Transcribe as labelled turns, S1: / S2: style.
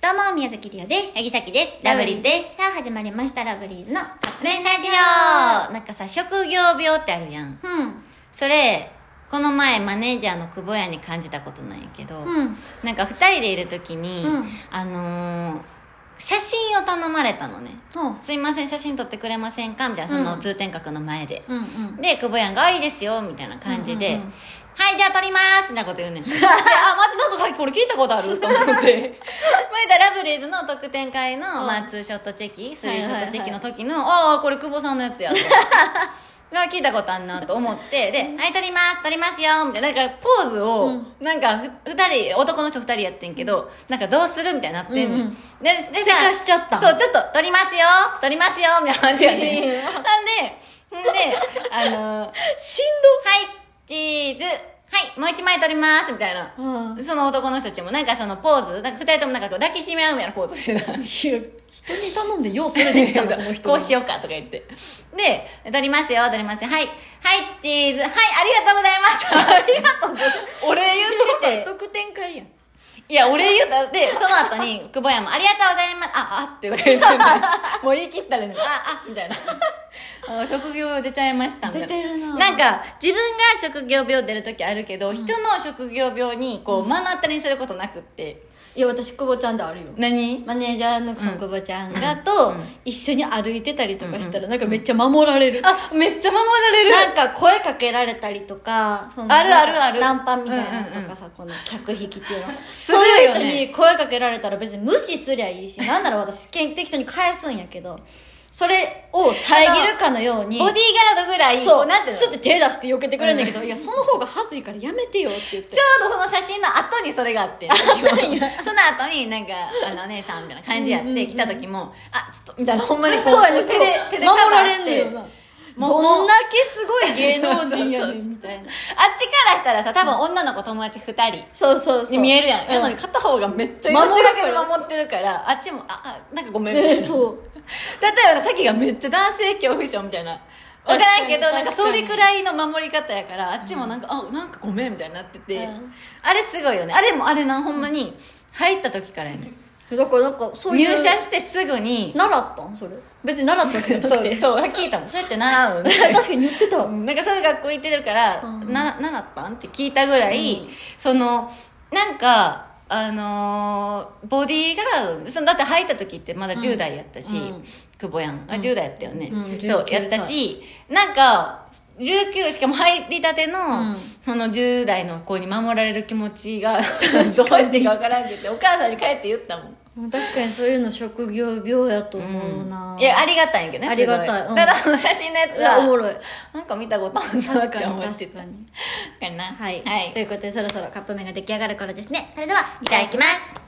S1: どうも、宮崎りおです。
S2: 八木崎です。ラブリーズです。
S1: す。さあ、始まりました、ラブリーズのカップ
S2: メ
S1: 麺
S2: ンラ
S1: ラ
S2: ジ
S1: ジ
S2: オなんかさ、職業病ってあるやん。
S1: オうん。
S2: それ、この前マネージャーの久保屋に感じたことなんやけど、
S1: うん。
S2: なんか二人でいる時に、
S1: うん
S2: あのー写真を頼まれたのね。
S1: ほう。
S2: すいません、写真撮ってくれませんかみたいな、そ
S1: うん
S2: の通天閣の前で。
S1: うんうん。
S2: で、久保屋が、あ、いいですよ、みたいな感じで、
S1: うんうんうん
S2: はい、じゃあ撮りますみたいなこと言う ねん。であ、待って、なんかさっきこれ聞いたことあると思って。前田ラブリーズの特典会の、
S1: うん
S2: まあ、ツーショットチェキ、スリーショットチェキの
S1: は
S2: 時の、ああ、これ久保さんのや つやと思って。が聞いたことあんなと思って、で、はい、撮ります、撮りますよ、みたいな、なんかポーズを、
S1: うん
S2: なんかふ、二人、男の人二人やってんけど、なんかどうするみたいになってんねん、
S1: うんうん
S2: で、で
S1: せ
S2: さ
S1: かしちゃった
S2: そう、ちょっと、撮りますよ撮りますよみたいな感じやねん。
S1: いいよ
S2: なんで、んで、あの、
S1: し
S2: はい、チーズ。はい、もう一枚撮ります。みたいな。
S1: んどうん。い
S2: その男の人たちも、なんかそのポーズ、なんか二人ともなんかこう抱きしめ合うみたいなポーズしてた。
S1: や、人に頼んでようそれできた の、その人。
S2: こうしようかとか言って。で、撮りますよ、撮りますよ。はい、はい、チーズ。はい、ありがとうござい ました。ありがとうございます。俺言って
S1: 特典会やん。
S2: て。いや、俺言った。で、その後に、久保屋も、ありがとうございます。あ、あってとか言ってね、 もう言い切ったらね、あ、あ、みたいな。 あの職業出ちゃいました、みたい
S1: 出
S2: な。
S1: てるな。
S2: なん、か自分が職業病出る時あるけど、人の職業病にこう目の当たりにすることなくって
S1: いや、私、久保ちゃんであるよ。
S2: 何
S1: マネージャーのその久保ちゃんが
S2: うん
S1: と
S2: うん
S1: 一緒に歩いてたりとかしたら、なんかめっちゃ守られる。
S2: あめっちゃ守られる
S1: なんか声かけられたりとか、その
S2: あるあるある
S1: ナンパみたいなのとかさ、この客引きっていうの。
S2: す
S1: そ
S2: る
S1: ういう
S2: よね
S1: 人に声かけられたら別に無視すりゃい いし、なんなら私けん適当に返すんやけど、それを遮るかのように、
S2: ボディーガードぐらい
S1: そ
S2: こ
S1: う、
S2: なんていうの
S1: スって手出して避けてくれんだけど、いや、その方が恥ずいからやめてよって言って。
S2: ちょうどその写真の後にそれが あってその後になんかあのお姉さんみたいな感じやっ
S1: うんうんう
S2: て
S1: ん
S2: 来た時もあちょっとみたいなほんまにこう
S1: そうやね、
S2: 手で手でカ
S1: 守
S2: バ
S1: ら
S2: ー
S1: れ
S2: し
S1: んの
S2: て
S1: よな。
S2: もう
S1: どんだけすごい芸能人 やねんみたいな。
S2: あっちからしたらさ多分女の子友達2人
S1: そうそうそう。
S2: に見えるやん、
S1: う
S2: やのに片方がめっちゃ
S1: 守
S2: 命
S1: る
S2: が
S1: か
S2: けで
S1: ら
S2: 守ってるからあっちもああなんかごめんみたい
S1: ね
S2: な
S1: そう。
S2: 例えばさっきがめっちゃ男性恐怖症みたいな分からんけど
S1: 確か
S2: な
S1: に
S2: んかそれくらいの守り方やからあっちもなんか、あなんかごめんみたいになってて、
S1: うん
S2: あれすごいよねあれもあれなほんまに入った時からやね、
S1: だからなんか、そういう。
S2: 入社してすぐに
S1: 習ったんそれ別に習ったわけじゃ
S2: そう
S1: なくて
S2: そう聞いたもんそうやって習 う
S1: 確かに言ってたわ
S2: なんかそういう学校行ってるから、
S1: うん
S2: な習ったんって聞いたぐらい、
S1: うん
S2: そのなんかあのーボディーガードそのだって入った時ってまだ10代やったし、
S1: うん
S2: 久保やんあ10代やったよね、
S1: うん
S2: そう
S1: 19
S2: やったしなんか19しかも入りたての、
S1: うん
S2: その10代の子に守られる気持ちがどうしていいか分からんって言ってお母さんに帰って言ったもん
S1: 確かにそういうの職業病やと思うな、
S2: いやありがたいんやけどね
S1: ありがたい
S2: すご
S1: うん
S2: ただその写真のやつ
S1: いやおも
S2: は
S1: ろい
S2: なんか見たことあるな
S1: 確
S2: って
S1: か
S2: 思
S1: に
S2: って
S1: 確かに
S2: かな
S1: はい、
S2: はい
S1: ということでそろそろカップ麺が出来上がる頃ですねそれではいただきます